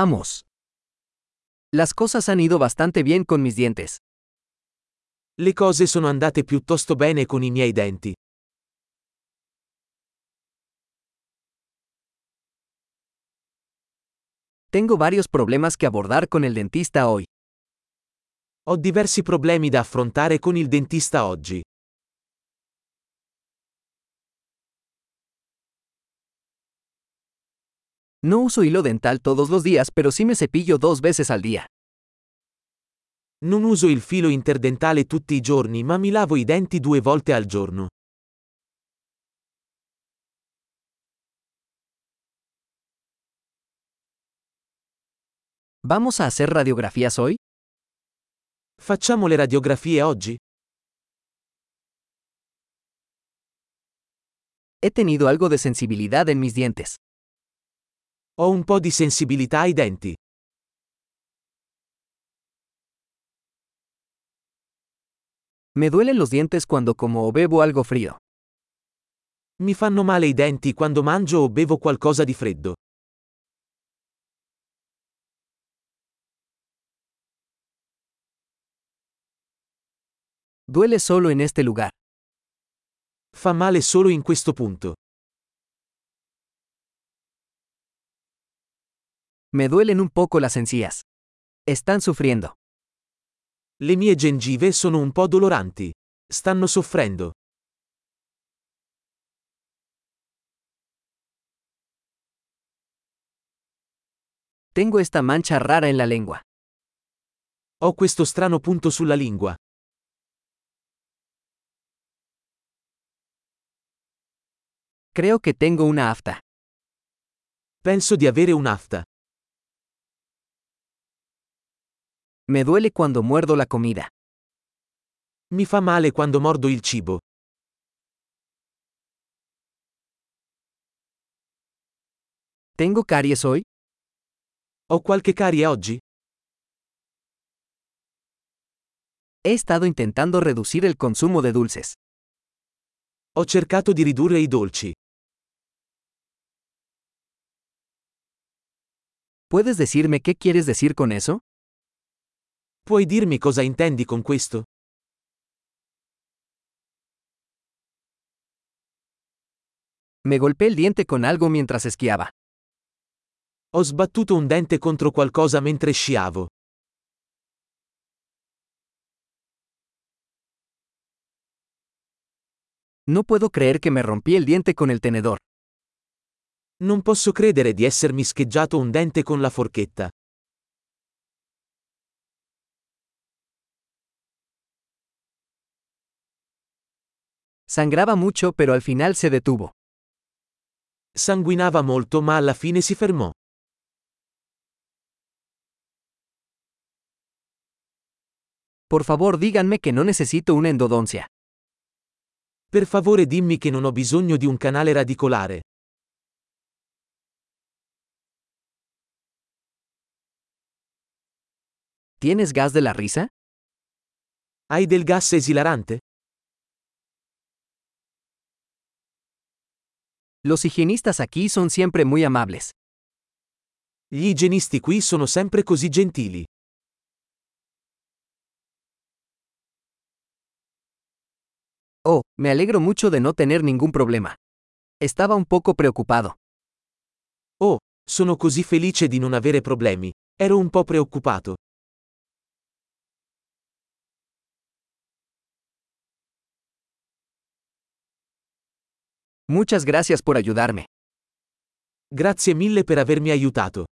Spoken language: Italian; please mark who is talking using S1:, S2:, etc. S1: Vamos. Las cosas han ido bastante bien con mis dientes.
S2: Le cose sono andate piuttosto bene con i miei denti.
S1: Tengo varios problemas que abordar con el dentista hoy.
S2: Ho diversi problemi da affrontare con il dentista oggi.
S1: No uso hilo dental todos los días, pero sí me cepillo dos veces al día.
S2: Non uso il filo interdentale tutti i giorni, ma mi lavo i denti due volte al giorno.
S1: ¿Vamos a hacer radiografías hoy?
S2: Facciamo le radiografie oggi?
S1: He tenido algo de sensibilidad en mis dientes.
S2: Ho un po' di sensibilità ai denti.
S1: Me duelen los dientes cuando como o bebo algo frío.
S2: Mi fanno male i denti quando mangio o bevo qualcosa di freddo.
S1: Duele solo en este lugar.
S2: Fa male solo in questo punto.
S1: Me duelen un poco las encías. Están sufriendo.
S2: Le mie gengive sono un po' doloranti. Stanno soffrendo.
S1: Tengo esta mancha rara en la lengua.
S2: Ho questo strano punto sulla lingua.
S1: Creo que tengo una afta.
S2: Penso di avere un'afta.
S1: Me duele cuando muerdo la comida.
S2: Mi fa male quando mordo il cibo.
S1: ¿Tengo caries hoy?
S2: Ho qualche carie oggi?
S1: He estado intentando reducir el consumo de dulces.
S2: Ho cercato di ridurre i dolci.
S1: ¿Puedes decirme qué quieres decir con eso?
S2: Puoi dirmi cosa intendi con questo?
S1: Me golpeé el diente con algo mientras esquiaba.
S2: Ho sbattuto un dente contro qualcosa mentre sciavo.
S1: No puedo creer que me rompí el diente con el tenedor.
S2: Non posso credere di essermi scheggiato un dente con la forchetta.
S1: Sangraba mucho, pero al final se detuvo.
S2: Sanguinava molto, ma alla fine si fermò.
S1: Por favor, díganme que no necesito una endodoncia.
S2: Per favore dimmi che non ho bisogno di un canale radicolare.
S1: ¿Tienes gas de la risa?
S2: Hai del gas esilarante?
S1: Los higienistas aquí son siempre muy amables.
S2: Gli igienisti qui sono sempre così gentili.
S1: Oh, me alegro mucho de no tener ningún problema. Estaba un poco preocupado.
S2: Oh, sono così felice di non avere problemi. Ero un po' preoccupato.
S1: Muchas gracias por ayudarme.
S2: Grazie mille per avermi aiutato.